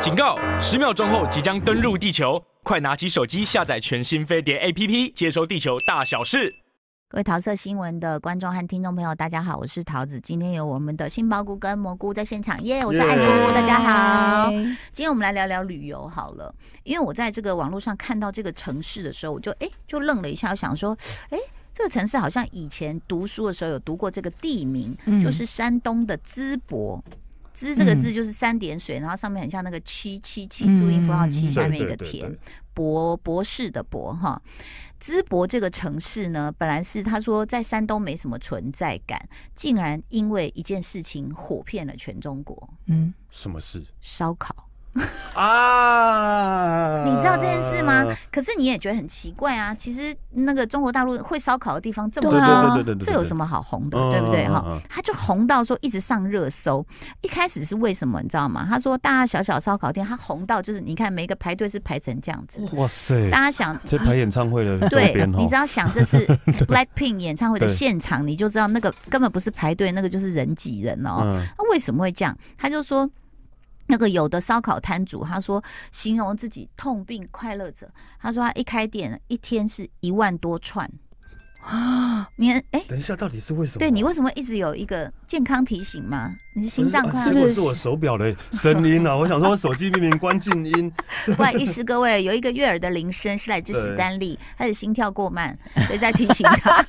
警告！十秒钟后即将登陆地球，快拿起手机下载全新飞碟 APP，接收地球大小事。各位桃色新闻的观众和听众朋友，大家好，我是桃子。今天有我们的杏鲍菇跟蘑菇在现场，耶、我是爱菇耶大家好。嗨今天我们来聊聊旅游好了，因为我在这个网络上看到这个城市的时候，我就哎、就愣了一下，我想说，哎、这个城市好像以前读书的时候有读过这个地名，嗯就是山东的淄博。淄这个嗯字就是三点水，然后上面很像那个七七七注音符号七，嗯下面一个对对对田。对博博士的博哈。淄博这个城市呢，本来是他说在山东没什么存在感，竟然因为一件事情火遍了全中国嗯，什么事——烧烤。啊？你知道这件事吗？可是你也觉得很奇怪啊。其实那个中国大陆会烧烤的地方这么对多，对啊对对对对对，这有什么好红的，嗯对不对嗯嗯哈嗯？他就红到说一直上热搜。一开始是为什么你知道吗？他说大大小小烧烤店，他红到就是你看每一个排队是排成这样子，哇塞大，家想 这排演唱会的周 对，边哈你只，要想这 是 Blackpink 演唱会的对现场，你就知道那个根本不是排队，那个就是人挤人哦。嗯，那为什么会这样？他就说。那个有的烧烤摊主，他说形容自己痛并快乐着。他说他一开店一天是一万多串啊！你哎、等一下，到底是为什么？对你为什么一直有一个健康提醒吗？你是心脏啊快是乐哦不是我手表的声音啊？我 想说，我手机明明关静音，不好意思，各位，有一个悦耳的铃声是来自史丹利，他的心跳过慢， 所以在提醒他。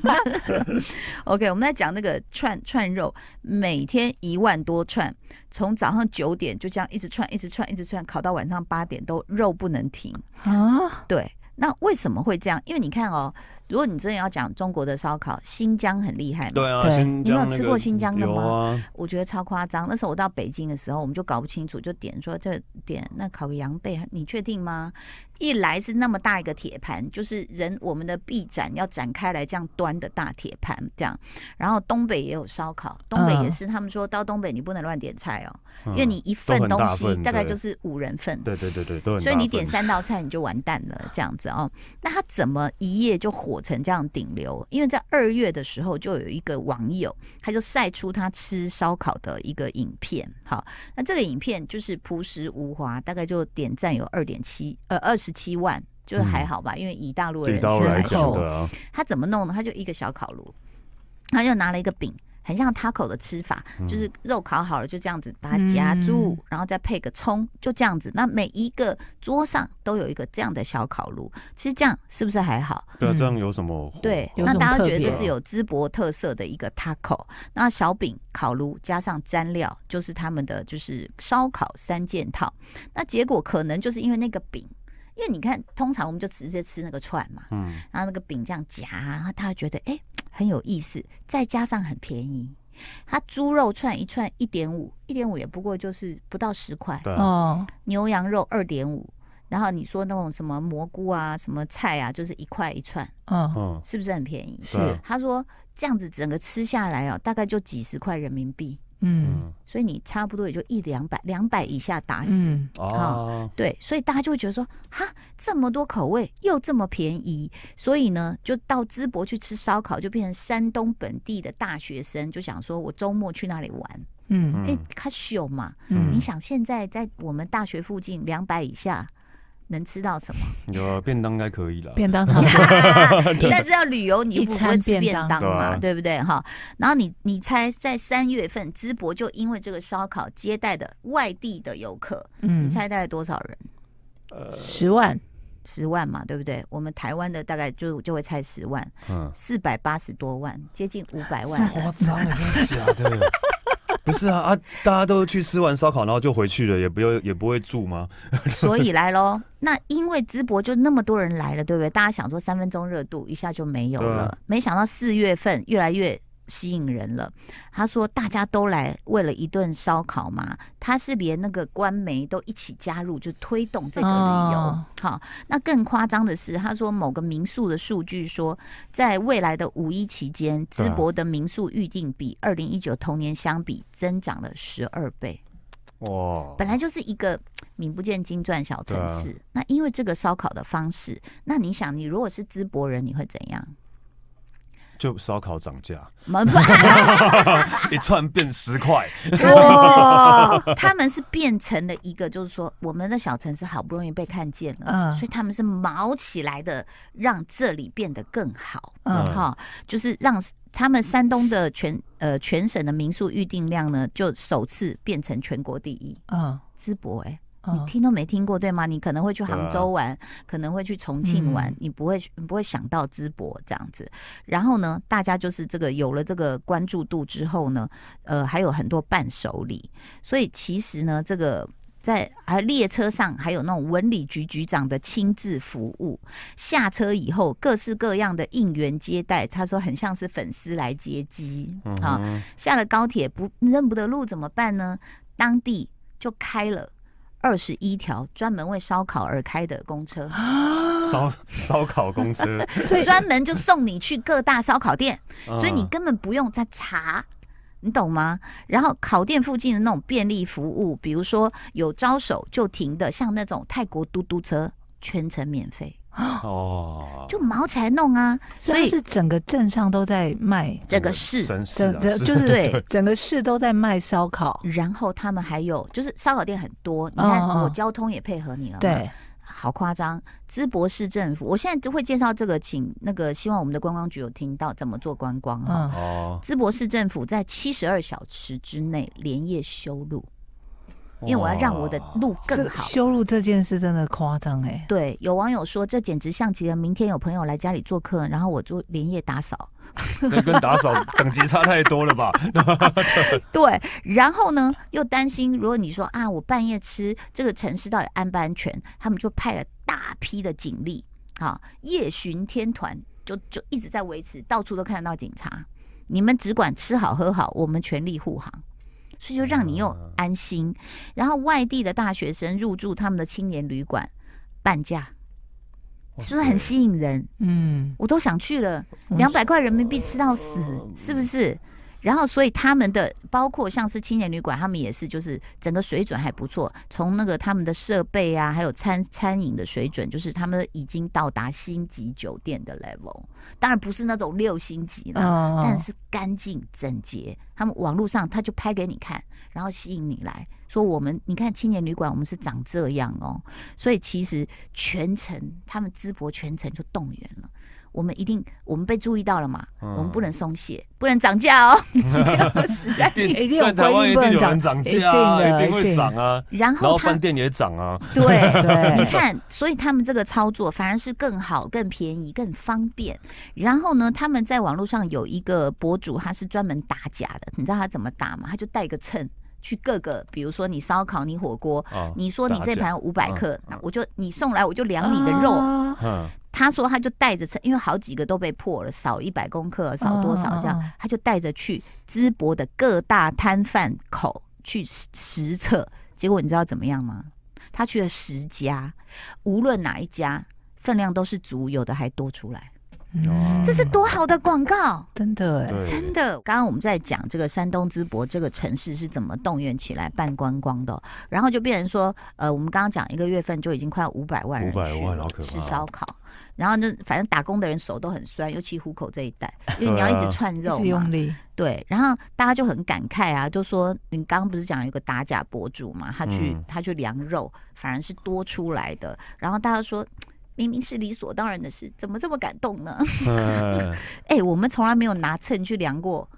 OK，我们在讲那个串串肉，每天一万多串，从早上九点就这样一直串，一直串，一直串，烤到晚上八点都肉不能停。啊，对，那为什么会这样？因为你看哦，如果你真的要讲中国的烧烤，新疆很厉害嘛。对啊，对新你有疆那个吃过新疆的吗有啊，我觉得超夸张。那时候我到北京的时候，我们就搞不清楚，就点说这点那烤个羊背，你确定吗？一来是那么大一个铁盘，就是人我们的臂展要展开来这样端的大铁盘这样。然后东北也有烧烤，东北也是，他们说到东北你不能乱点菜哦，因为嗯你一份都很东大西份大概对就是五人份。对对对对，都很大所份，以你点三道菜你就完蛋了，这样子哦。那他怎么一夜就火成这样顶流？因为在二月的时候，就有一个网友他就晒出他吃烧烤的一个影片。好，那这个影片就是朴实无华，大概就点赞有二点七呃二十七万，就是嗯还好吧，因为以大陆的地人道数来来讲说，的啊，他怎么弄呢？他就一个小烤炉，他就拿了一个饼。很像 taco 的吃法，就是肉烤好了就这样子把它夹住，然后再配个葱，就这样子。那每一个桌上都有一个这样的小烤炉，其实这样是不是还好？对啊，嗯这样有什么火？啊对，有那种大家特觉得这别是有淄博特色的一个 taco。那小饼、烤炉加上蘸料，就是他们的就是烧烤三件套。那结果可能就是因为那个饼，因为你看，通常我们就直接吃那个串嘛，嗯，然后那个饼这样夹，他会觉得哎、很有意思，再加上很便宜。它猪肉串一串一点五，一点五也不过就是不到十块，对啊，哦，牛羊肉二点五，然后你说那种什么蘑菇啊、什么菜啊，就是一块一串，嗯，嗯，是不是很便宜？是对啊他说这样子整个吃下来哦，大概就几十块人民币，嗯嗯，所以你差不多也就一两百，两百以下打死。嗯，啊，对，所以大家就会觉得说，哈，这么多口味又这么便宜，所以呢，就到淄博去吃烧烤，就变成山东本地的大学生就想说，我周末去那里玩，嗯因为嗯，它秀嘛。嗯你，想现在在我们大学附近两百以下能吃到什么？有啊便当应该可以了，便 当他 但是要旅游，你一就不餐会吃便便当当嘛，对啊对不对哈？然后你你猜，在三月份，淄博就因为这个烧烤接待的外地的游客，你嗯，猜大概多少人？呃，十万，十万嘛，对不对？我们台湾的大概就就会猜十万，嗯，四百八十多万，接近五百这万么。夸张啊，真的假的？不是啊啊！大家都去吃完烧烤，然后就回去了，也不要也不会住吗？所以来喽，那因为淄博就那么多人来了，对不对？大家想说三分钟热度一下就没有了，对啊没想到四月份越来越吸引人了。他说大家都来为了一顿烧烤嘛，他是连那个官媒都一起加入，就推动这个旅游。哦好，那更夸张的是，他说某个民宿的数据说，在未来的五一期间，对啊淄博的民宿预定比二零一九同年相比增长了十二倍。哇，本来就是一个名不见经传小城市，那因为这个烧烤的方式，那你想，你如果是淄博人，你会怎样？就烧烤涨价，蛮一串变十块，他们是他们是变成了一个，就是说我们的小城市好不容易被看见了，嗯所以他们是毛起来的，让这里变得更好，嗯哈、就是让他们山东的全呃全省的民宿预订量呢，就首次变成全国第一。嗯淄博哎、你嗯，听都没听过对吗？你可能会去杭哦对啊州玩，可能会去重庆玩，嗯你不会你不会想到淄博这样子。然后呢，大家就是这个有了这个关注度之后呢，呃，还有很多伴手礼，所以其实呢，这个。在还列车上还有那种文旅局局长的亲自服务，下车以后各式各样的应援接待，他说很像是粉丝来接机嗯啊。哼，下了高铁不认不得路怎么办呢？当地就开了二十一条专门为烧烤而开的公车，啊烧烧烤公车，所以 专门就送你去各大烧烤店， 啊所以你嗯根本不用再查。你懂吗？然后烤店附近的那种便利服务，比如说有招手就停的，像那种泰国嘟嘟车，全程免费，哦，就毛起来弄啊。所以是整个镇上都在卖，这个是神市整啊整是就是 对整个市都在卖烧烤，然后他们还有就是烧烤店很多，你看嗯嗯我交通也配合你了嘛，对，好夸张！淄博市政府，我现在就会介绍这个，请那个希望我们的观光局有听到怎么做观光哈。嗯，哦，淄博市政府在七十二小时之内连夜修路，因为我要让我的路这更个好。修路这件事真的夸张哎，对，有网友说这简直像极了明天有朋友来家里做客，然后我就连夜打扫。哇那跟打扫等级差太多 了吧？对，然后呢又担心，如果你说啊，我半夜吃这个城市到底安不安全，他们就派了大批的警力，啊，夜巡天团就就一直在维持，到处都看得到警察。你们只管吃好喝好，我们全力护航，所以就让你又嗯安心。然后外地的大学生入住他们的青年旅馆，半价，是不是很吸引人？嗯，我都想去了。两百块人民币吃到死，是不是？然后，所以他们的包括像是青年旅馆，他们也是就是整个水准还不错，从那个他们的设备啊，还有餐餐饮的水准，就是他们已经到达星级酒店的 level，当然不是那种六星级啦，嗯，但是干净整洁。他们网络上他就拍给你看，然后吸引你来说我们，你看青年旅馆我们是长这样哦，所以其实全程他们淄博全程就动员了。我们一定，我们被注意到了嘛？嗯我们不能松懈，不能涨价哦。 实在一定有在台湾一定有规人定涨涨价啊，一定的一定一定会涨啊，然然后后他饭店也涨啊，对。对，你看，哎所以他们这个操作反而是更好、更便宜、更方便。然后呢，他们在网络上有一个博主，他是专门打假的。你知道他怎么打吗？他就带个秤去各个，比如说你烧烤、你火锅，啊，你说你这打盘五百嗯克，那嗯我就你送来我就量你的肉，啊嗯，他说他就带着秤，因为好几个都被破了，少一百公克，少多少这样，嗯嗯嗯他就带着去淄博的各大摊贩口去实实测，结果你知道怎么样吗？他去了十家，无论哪一家分量都是足，有的还多出来，嗯这是多好的广告！真的哎，哦对真的，刚刚我们在讲这个山东淄博这个城市是怎么动员起来办观光的哦，然后就变成说，呃，我们刚刚讲一个月份就已经快五百万人500去万了好可吃怕哦烧烤，然后就反正打工的人手都很酸，尤其虎口这一 带，因为你要一对直啊串一肉直嘛用，力，对，然后大家就很感慨啊，就说你刚刚不是讲有个打假博主嘛，他去、嗯他去量肉，反而是多出来的，然后大家说。明明是理所当然的事，怎么这么感动呢？嗯哎、我们从来没有拿秤去量过，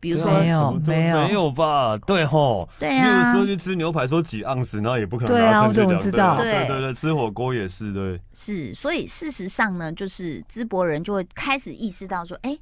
比如对说啊没有怎么没有没有吧？对吼，对例呀、如啊说，去吃牛排说几盎司，那也不可能对啊拿我秤去怎么量知道对对对对对，吃火锅也是对，是，所以事实上呢，就是淄博人就会开始意识到说，哎、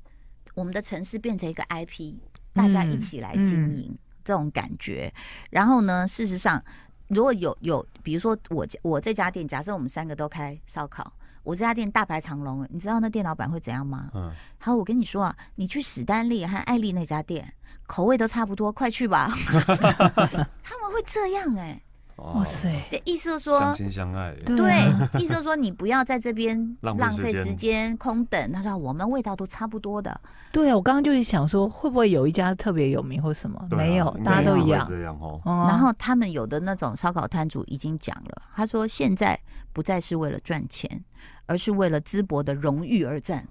我们的城市变成一个 IP，大家嗯一起来经营、这种感觉。然后呢，事实上，如果有有，比如说我家我这家店，假设我们三个都开烧烤，我这家店大排长龙，你知道那店老板会怎样吗？嗯，好，我跟你说啊，你去史丹利和艾丽那家店，口味都差不多，快去 吧。他们会这样哎、哇哇，塞，这意思就是说，哦相亲相爱，啊对，意思就是说你不要在这边 浪费浪时费间时间、空等。他说我们味道都差不多的，对啊，我刚刚就是想说，会不会有一家特别有名或什么？对啊没有，应该大家都是一会样。这样哦，哦 然后他们有的那种烧烤摊主已经讲了，他说现在不再是为了赚钱，而是为了淄博的荣誉而战。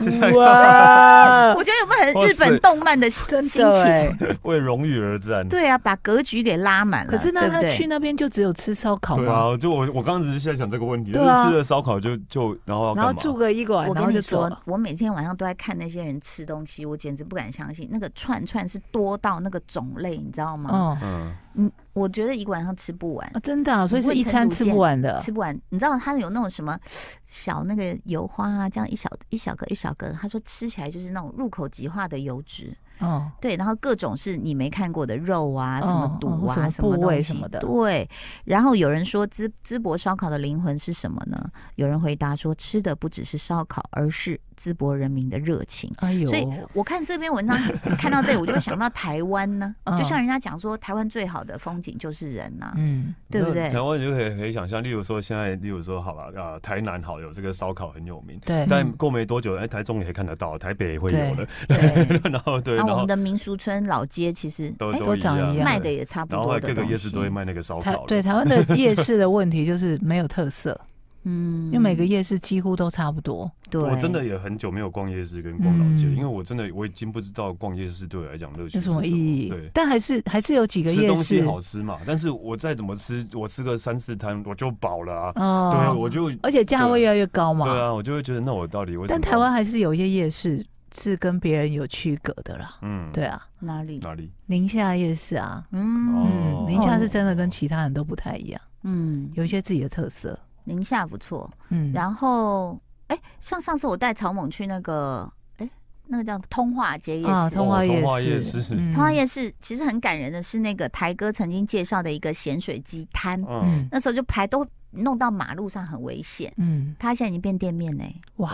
哇， 我觉得有没有很哇日塞本动漫的心呃 真情？的哎、为荣誉而战。 对啊，把格局给拉满了。可是那对不他对去那边就只有吃烧烤对吗？啊，就我我刚刚只是在想这个问题，就对是啊吃了烧烤就就然后要然干后嘛？住个一馆，我然后跟你就走说了，。我每天晚上都在看那些人吃东西，我简直不敢相信，那个串串是多到那个种类，你知道吗？哦，嗯，嗯，我觉得一个晚上吃不完，啊真的、啊，所以是一餐吃不完的。吃不完。你知道它有那种什么小那个油花啊，这样一小一小个一小个，他说吃起来就是那种入口即化的油脂。哦，对，然后各种是你没看过的肉啊，什么嗯肚嗯啊，什么部东位西什么的对，然后有人说淄淄博烧烤的灵魂是什么呢？有人回答说，吃的不只是烧烤，而是淄博人民的热情。哎呦所，以我看这篇文章，看到这里我就会想到台湾 呢，就像人家讲说，台湾最好的风景就是人呐、嗯，对不那对台？湾就可以可以想象，例如说现在，例如说好吧，啊，台南好有这个烧烤很有名，嗯对，嗯但过没多久，哎，台中也可以看得到，台北也会有的。 对，然后对，那然我们后的民俗村老街其实都哎都一长一样卖的也差不然后多还的有各个东夜市都会西卖那个烧台烤了。对台湾的夜市的问题就是没有特色，嗯，因为每个夜市几乎都差不多。对，我真的也很久没有逛夜市跟逛老街，嗯因为我真的我已经不知道逛夜市对我来讲乐趣有是什什么么意义对？，但还是还是有几个吃夜东西市好吃嘛，但是我再怎么吃，我吃个三四摊我就饱了啊。哦，对啊，我就而且价位越来越高嘛。对啊，我就会觉得那我到底为什么？但台湾还是有一些夜市是跟别人有区隔的啦。嗯对啊，哪里？哪里？宁夏夜市啊，嗯哦嗯，宁夏是真的跟其他人都不太一样，嗯，有一些自己的特色。宁夏不错。嗯，然后，哎，像上次我带曹猛去那个，哎，那个叫通化街夜市。啊，通通化哦夜通化夜市市，嗯通化夜市其实很感人的是，那个台哥曾经介绍的一个咸水鸡摊，嗯，那时候就排都弄到马路上很危险。嗯，他现在已经变店面嘞，哇，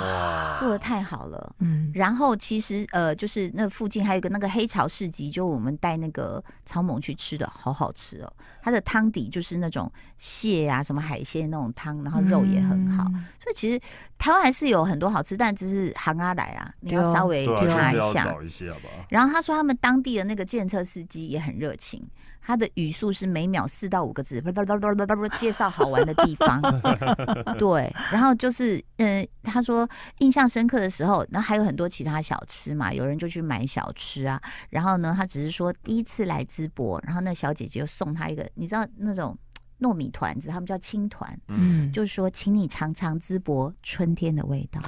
做哇，的太好了。嗯，然后其实呃，就是那附近还有一个那个黑潮市集，就我们带那个草蜢去吃的，好好吃哦。它的汤底就是那种蟹啊、什么海鲜那种汤，然后肉也很好。嗯，所以其实台湾还是有很多好吃，但只是行啊来啊，你要对哦稍微对啊，就查是一要下找。一些好不好？然后他说他们当地的那个建车司机也很热情，他的语速是每秒四到五个字，叭叭叭叭叭叭叭介绍好玩的地方。对，然后就是嗯，他说印象深刻的时候，那还有很多其他小吃嘛，有人就去买小吃啊。然后呢，他只是说第一次来淄博，然后那小姐姐就送他一个，你知道那种糯米团子，他们叫青团。嗯，就是说，请你尝尝淄博春天的味道。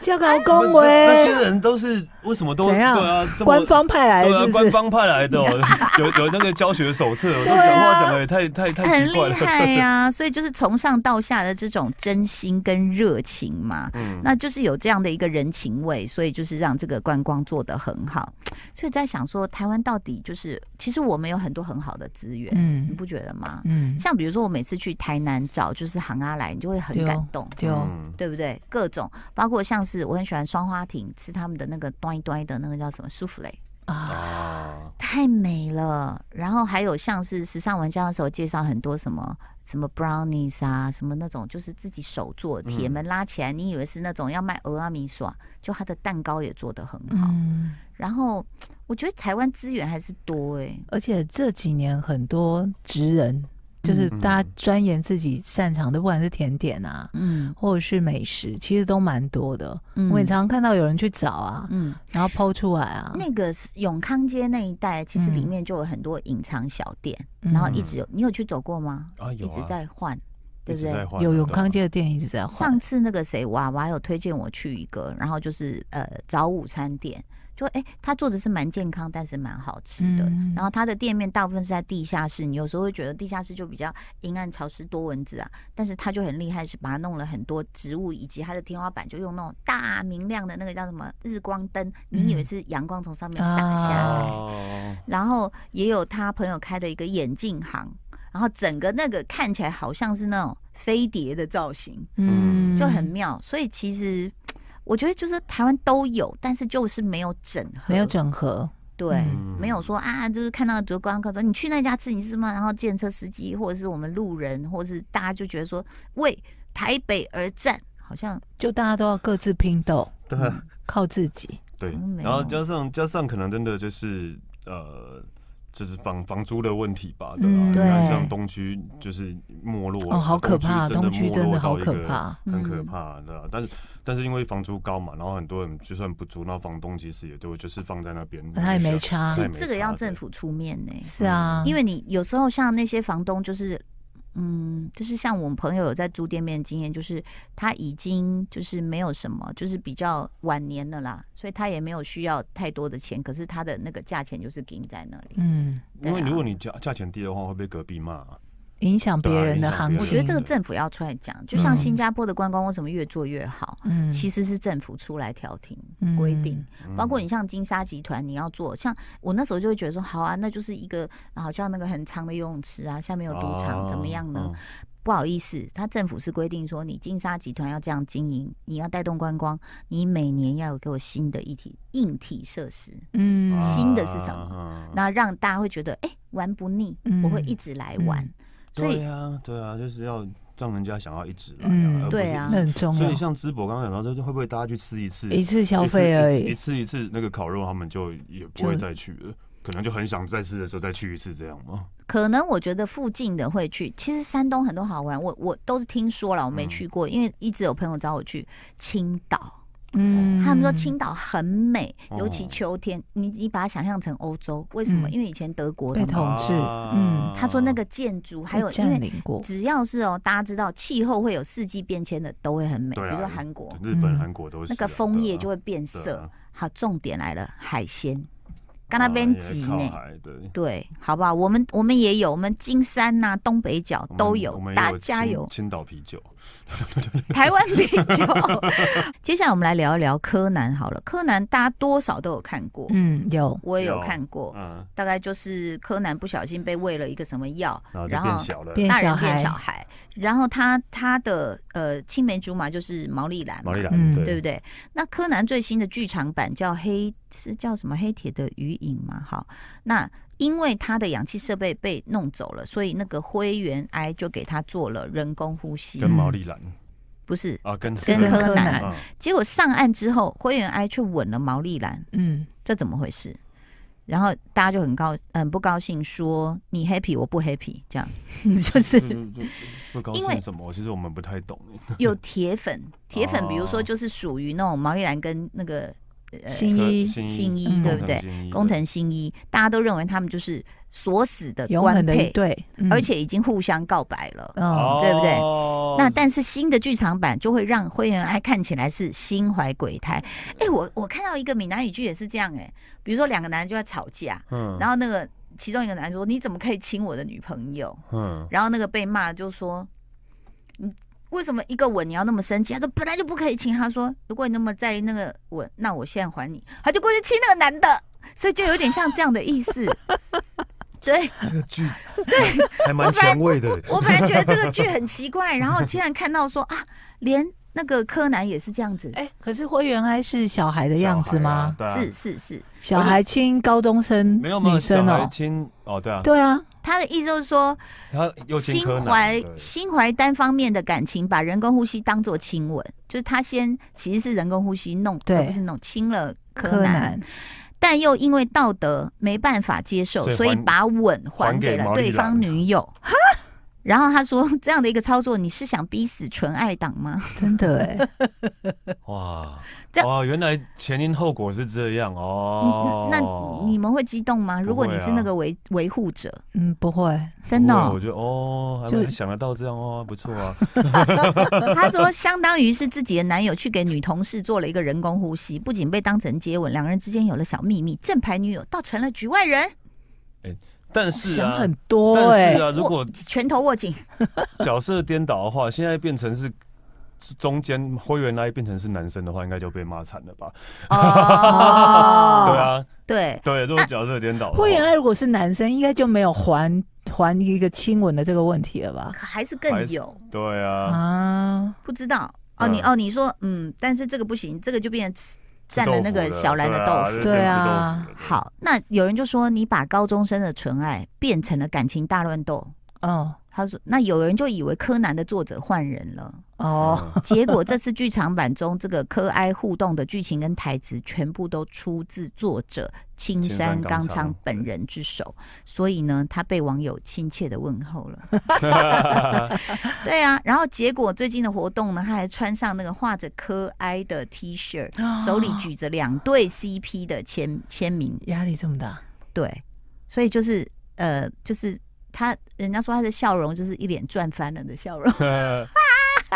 教稿那恭那那些维，人都是为什么都怎样对啊？这么官方派来对的，啊是，不官是？方派来的哦， 有有那个教学手册哦，我对讲啊话讲的也太太太很奇怪厉害了。呀、 所以就是从上到下的这种真心跟热情嘛，嗯，那就是有这样的一个人情味，所以就是让这个观光做得很好。所以在想说，台湾到底就是，其实我们有很多很好的资源，你嗯不觉得吗？嗯，像比如说，我每次去台南找就是行阿来，你就会很对哦感动。对哦，嗯对不对？各种包括像是我很喜欢双花亭，吃他们的那个端一端一的那个叫什么舒芙蕾，啊，啊，太美了。然后还有像是时尚玩家的时候介绍很多什么什么 brownies 啊，什么那种就是自己手做，嗯铁门拉起来，你以为是那种要卖俄阿米耍，就它的蛋糕也做得很好。嗯，然后我觉得台湾资源还是多哎、而且这几年很多职人。就是嗯大家钻研自己擅长的，不管是甜点啊，嗯，或者是美食，其实都蛮多的。嗯我也常常看到有人去找啊，嗯，然后剖出来啊，那个是永康街那一带，其实里嗯面就有很多隐藏小店，嗯然后一直有，你有去走过吗？啊有一啊直在换，对一不直对？在换啊有永康街的店一直在换上，次那个谁娃娃有推荐我去一个，然后就是呃早午餐店，就哎、他做的是蛮健康，但是蛮好吃的。嗯然后他的店面大部分是在地下室，你有时候会觉得地下室就比较阴暗、潮湿、多蚊子啊，但是他就很厉害，是把它弄了很多植物，以及它的天花板就用那种大明亮的那个叫什么日光灯，你以为嗯是阳光从上面洒下来，啊哦，然后也有他朋友开的一个眼镜行，然后整个那个看起来好像是那种飞碟的造型，嗯就很妙。所以其实我觉得就是台湾都有，但是就是没有整合，没有整合，对。嗯没有说啊，就是看到多观光客说你去那家吃你是什么，然后建车司机或者是我们路人，或者是大家就觉得说为台北而战，好像就大家都要各自拼斗，对啊靠自己。对嗯没，然后有加上加上可能真的就是呃，就是房房租的问题吧，对吧？嗯你看对像东区就是没落了，哦好可怕东区真真的的没落好到一可个怕很可嗯怕，对吧？但是但是因为房租高嘛，然后很多人就算不租，那房东其实也都就是放在那边，他也没差所以没这个差要对政府出面呢、是嗯啊，因为你有时候像那些房东，就是嗯，就是像我们朋友有在租店面的经验，就是他已经就是没有什么，就是比较晚年了啦，所以他也没有需要太多的钱，可是他的那个价钱就是顶在那里。嗯，因为对啊如果你价价钱低的话，会被隔壁骂啊。影响别人的行情。我觉得这个政府要出来讲，就像新加坡的观光为什么越做越好，嗯其实是政府出来调停规定。嗯包括你像金沙集团，你要做像我那时候就会觉得说，好啊，那就是一个好像那个很长的游泳池啊，下面有赌场，怎么样呢？？啊不好意思，他政府是规定说，你金沙集团要这样经营，你要带动观光，你每年要有给我新的一体硬体设施，嗯啊新的是什么啊那让大家会觉得，哎、玩不腻，嗯我会一直来玩。嗯所以对啊，对啊，就是要让人家想要一直来、啊，嗯而不是对啊一那直很重所以要，像淄博刚刚讲到，就是会不会大家去吃一次，一次消费而已。一次一次一次那个烤肉，他们就也不会就再去嗯了，可能就很想再吃的时候再去一次这样嘛。可能我觉得附近的会去，其实山东很多好玩，我我都是听说了，我没嗯去过，因为一直有朋友找我去青岛。嗯他们说青岛很美，哦尤其秋天，你你把它想象成欧洲，为什么？嗯因为以前德国被的嘛，统治，啊嗯，他说那个建筑，还有因占为领过，只要是哦，大家知道气候会有四季变迁的，都会很美，比对啊如说韩国日本、嗯韩国都是啊、那啊个枫叶就会会变色。好，重点来了，海鲜，跟那边挤啊呢。对。对，好不好？我们我们也有，我们金山呐、东北角我们都我有们，也大家青有青岛啤酒，台湾啤酒。 接下来我们来聊一聊柯南好了，柯南大家多少都有看过，嗯，有我也有有看过，嗯，大概就是柯南不小心被喂了一个什么药，然后就然变后小了。变大小人变孩，小孩，然后他他的呃青梅竹马就是毛利兰嘛，毛利兰，嗯对不对？那柯南最新的剧场版叫黑是叫什么黑铁的鱼影嘛？好，那因为他的氧气设备被弄走了，所以那个灰原哀就给他做了人工呼吸，跟毛利兰不是？啊，跟跟跟柯柯南啊南嗯结果上岸之后，灰原哀却吻了毛利兰，嗯，这怎么回事？然后大家就很高很不高兴说，你 happy 我不 happy，这样 就是对不高因为兴什么？其实我们不太懂。有铁粉，铁粉哦比如说就是属于那种毛利兰跟那个呃新一新一对不对对工藤新一，大家都认为他们就是锁死的永官恒的一配，对，嗯而且已经互相告白了。哦，对不对对那但是新的剧场版就会让灰原哀看起来是心怀鬼胎。哎，我我看到一个闽南语剧也是这样哎、比如说两个男人就在吵架，嗯然后那个其中一个男人说：“你怎么可以亲我的女朋友？”嗯，然后那个被骂就说：“你为什么一个吻你要那么生气？”他说：“本来就不可以亲。”他说：“如果你那么在意那个吻，那我现在还你。”他就过去亲那个男的，所以就有点像这样的意思。 对这 个剧对还蛮我本来前卫的。 我本来觉得这个剧很奇怪，然后竟然看到说啊，连那个柯南也是这样子，哎，可是灰原哀是小孩的样子吗？小孩啊？对是啊是是，小孩亲高中生，没有吗？女生小孩哦，亲哦，对啊，对啊，他的意思就是说，他又亲心柯南怀对心怀单方面的感情，把人工呼吸当做亲吻，就是他先其实是人工呼吸弄，对而不是弄亲了柯南，柯南，但又因为道德没办法接受，所以所以还把吻还还给给了毛利对方兰女友。哈，然后他说这样的一个操作，你是想逼死纯爱党吗？真的 哎，哇这哇，原来前因后果是这样哦。那 那你们会激动吗？如果你不会啊是那个维维护者，嗯，不会，真的不会哦、我觉得哦，还就还想得到这样哦，不错 啊。 他说相当于是自己的男友去给女同事做了一个人工呼吸，不仅被当成接吻，两个人之间有了小秘密。正牌女友倒成了局外人，但是想啊，很多但哎是，欸啊，如果拳头握 紧，角色颠倒的话，现在变成是。中间灰原哀变成是男生的话，应该就被骂惨了吧？哦，对，啊，对，对，如果角色颠倒的话，灰原哀如果是男生，应该就没有还还一个亲吻的这个问题了吧？可还是还更是有对啊，啊，不知道哦，你嗯哦，你说嗯，但是这个不行，这个就变成吃蘸了那个吃豆腐小兰的豆腐。对啊，就变成吃豆腐了对好，那有人就说你把高中生的纯爱变成了感情大乱斗，哦，他说，那有人就以为柯南的作者换人了，嗯哦，结果这次剧场版中这个柯哀互动的剧情跟台词全部都出自作者青青山山刚刚昌昌本人之手，所以呢，他被网友亲切的问候了。对啊，然后结果最近的活动呢，他还穿上那个画着柯哀的 T 恤，手里举着两对 CP 的签签名，压力这么大，对，所以就是呃，就是他人家说他的笑容就是一脸赚翻了的笑容。嗯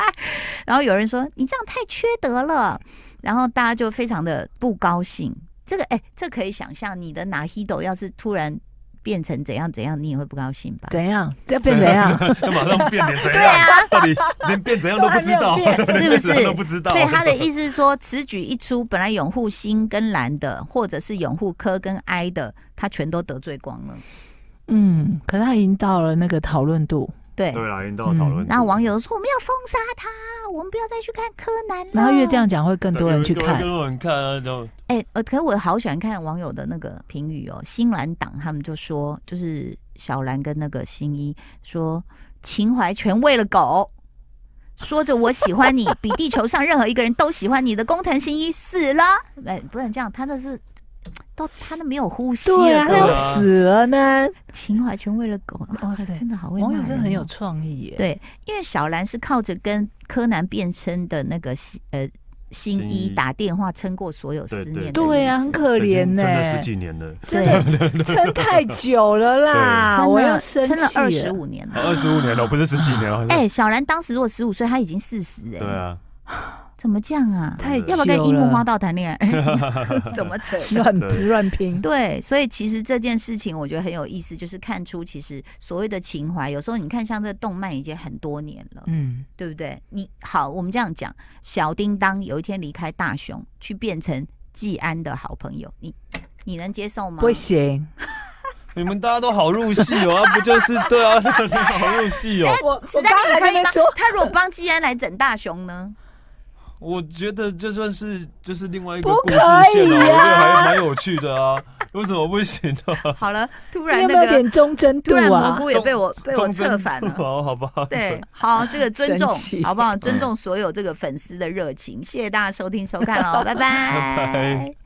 然后有人说你这样太缺德了，然后大家就非常的不高兴。这个哎、这可以想象，你的拿希斗要是突然变成怎样怎样，你也会不高兴吧？怎样？这变怎样？ 要马上变脸怎对样？啊，到底连变怎样都不知都道还没有， 变 是不是怎样都不知道。所以他的意思是说，此举一出，本来拥护新跟蓝的，或者是拥护科跟哀的，他全都得罪光了。嗯，可是他已经到了那个讨论度，对， 对啊啦，引导讨论。嗯那网友说我们要封杀他，我们不要再去看柯南了。然啊后越这，样讲会更多人去看更。多人看啊，就哎、呃，可是我好喜欢看网友的那个评语哦。新蓝党他们就说，就是小兰跟那个新一说，情怀全喂了狗。说着我喜欢你，比地球上任何一个人都喜欢你的工藤新一死了。哎、不能这样，他那是都他那没有呼吸对了，啊，各他位要死了呢。情怀全喂了狗。哇、对真的好会骂网人、友哦，真的很有创意耶。对，因为小兰是靠着跟柯南变身的那个西呃新新一一打电话撑过所有思念的日子。对对啊，很可已怜经呢。真的十几年了，对，撑太久了撑啦，了啊我要生气撑了啊二十了。五年 了。二十五年了，不是十几年了。哎、小兰当时如果十五岁，她已经四十对哎，啊，怎么这样啊？太久要不要跟樱木花道谈恋爱？怎么扯？乱对乱拼？对，所以其实这件事情我觉得很有意思，就是看出其实所谓的情怀，有时候你看像这动漫已经很多年了，嗯，对不对？你好，我们这样讲，小叮当有一天离开大雄，去变成季安的好朋友，你你能接受吗？不行，你们大家都好入戏哦， 啊不就是对啊，好入戏哦。我实我在刚刚还在那你边可以说帮，他如果帮季安来整大雄呢？我觉得就算是就是另外一个不故事可线了，以我觉得啊还蛮有趣的啊，为什么不行呢？ 好了，突你然有没那有个点忠贞突度然蘑啊？菇也被我被我忠贞策反了。 好好吧，对，好，这个尊重生气好不好？尊重所有这个粉丝的热情，谢谢大家收听收看哦，拜拜拜